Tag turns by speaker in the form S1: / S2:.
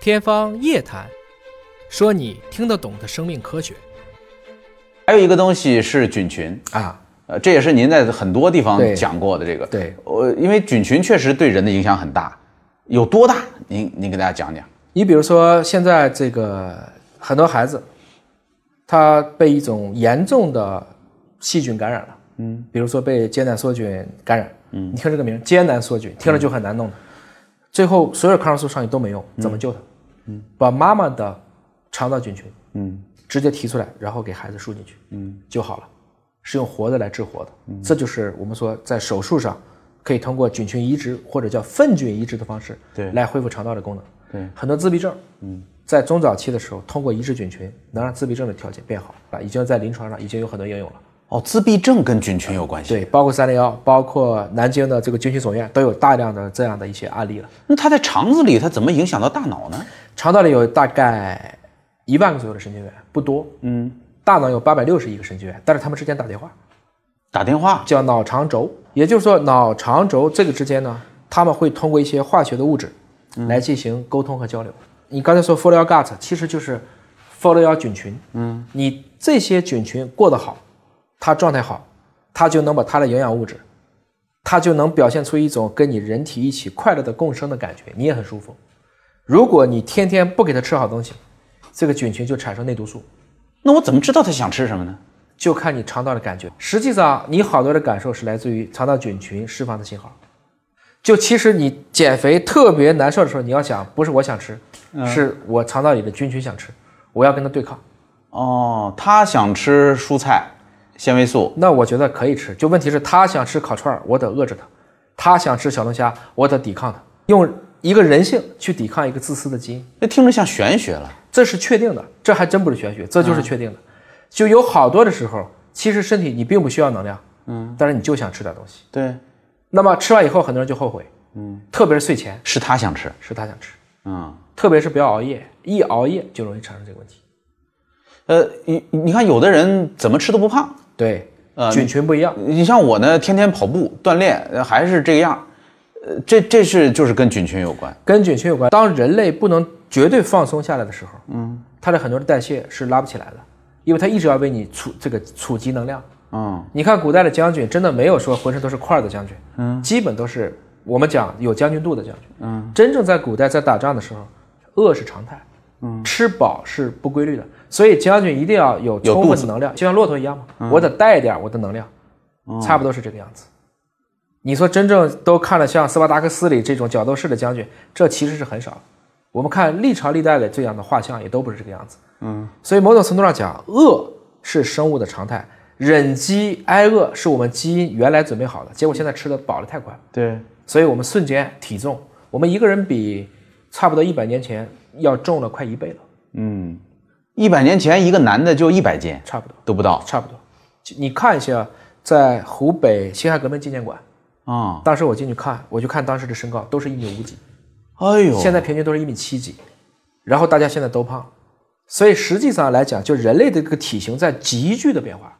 S1: 天方夜谭，说你听得懂的生命科学。
S2: 还有一个东西是菌群
S3: 啊，
S2: 呃，这也是您在很多地方
S3: 对
S2: 讲过的这个。
S3: 对
S2: 呃，因为菌群确实对人的影响很大，有多大？您您给大家讲讲。
S3: 你比如说现在这个很多孩子，他被一种严重的细菌感染了，嗯，比如说被艰难梭菌感染，嗯，你听这个名儿艰难梭菌，听着就很难弄的，最后所有抗生素上去都没用，怎么救他？嗯，把妈妈的肠道菌群，
S2: 嗯，
S3: 直接提出来，然后给孩子输进去，嗯，就好了，是用活的来治活的，这就是我们说在手术上可以通过菌群移植或者叫粪菌移植的方式，
S2: 对
S3: 来恢复肠道的功能。
S2: 对，
S3: 很多自闭症，嗯，在中早期的时候，通过移植菌群能让自闭症的条件变好啊，已经在临床上已经有很多应用了。
S2: 哦，自闭症跟菌群有关系。
S3: 对，包括三零幺，包括南京的这个军区总院都有大量的这样的一些案例了。
S2: 那它在肠子里，它怎么影响到大脑呢？
S3: 肠道里有大概一万个左右的神经元，不多。嗯，大脑有八百六十亿个神经元，但是他们之间打电话，
S2: 打电话。
S3: 叫脑肠轴。也就是说，脑肠轴这个之间呢，他们会通过一些化学的物质来进行沟通和交流。你刚才说 f o l i o gut 其实就是 f o l i o 菌群。嗯，你这些菌群过得好，它状态好，它就能把它的营养物质，它就能表现出一种跟你人体一起快乐的共生的感觉，你也很舒服。如果你天天不给它吃好东西，这个菌群就产生内毒素。
S2: 那我怎么知道它想吃什么呢？
S3: 就看你肠道的感觉。实际上，你好多的感受是来自于肠道菌群释放的信号。就其实你减肥特别难受的时候，你要想，不是我想吃，是我肠道里的菌群想吃，我要跟它对抗。
S2: 哦，它想吃蔬菜、纤维素。
S3: 那我觉得可以吃，就问题是他想吃烤串儿，我得遏制他；他想吃小龙虾，我得抵抗他。用一个人性去抵抗一个自私的基因，
S2: 那听着像玄学了。
S3: 这是确定的，这还真不是玄学，这就是确定的。就有好多的时候，其实身体你并不需要能量，嗯，但是你就想吃点东西。
S2: 对，
S3: 那么吃完以后，很多人就后悔，嗯，特别是睡前
S2: 是他想吃。
S3: 是他想吃，
S2: 嗯，
S3: 特别是不要熬夜，一熬夜就容易产生这个问题。
S2: 呃，你你看，有的人怎么吃都不胖，
S3: 对，菌群不一样，
S2: 你像我呢，天天跑步锻炼，呃还是这个样儿，呃，这这是就是跟菌群有关。
S3: 跟菌群有关。当人类不能绝对放松下来的时候，嗯，它的很多的代谢是拉不起来的，因为它一直要为你储这个储积能量。
S2: 嗯，
S3: 你看古代的将军，真的没有说浑身都是块儿的将军，嗯，基本都是我们讲有将军肚的将军，嗯，真正在古代在打仗的时候，饿是常态，嗯，吃饱是不规律的，所以将军一定要有嗯充
S2: 肚
S3: 分的能量，就像骆驼一样嘛，我得带一点我的能量，差不多是这个样子。你说真正都看了像斯巴达克斯里这种角斗士的将军，这其实是很少的。我们看历朝历代的这样的画像也都不是这个样子，所以某种程度上讲，饿是生物的常态，忍饥挨饿是我们基因原来准备好的，结果现在吃的饱了太快，
S2: 对，
S3: 所以我们瞬间体重，我们一个人比差不多一百年前要重了快一倍了，
S2: 嗯，一百年前一个男的就一百斤
S3: 差不多，
S2: 都不到
S3: 差不多。你看一下，在湖北辛亥革命纪念馆，
S2: 啊、
S3: 当时我进去看，我就看当时的身高都是一米五几，
S2: 哎呦，
S3: 现在平均都是一米七几，然后大家现在都胖，所以实际上来讲，就人类的这个体型在急剧的变化。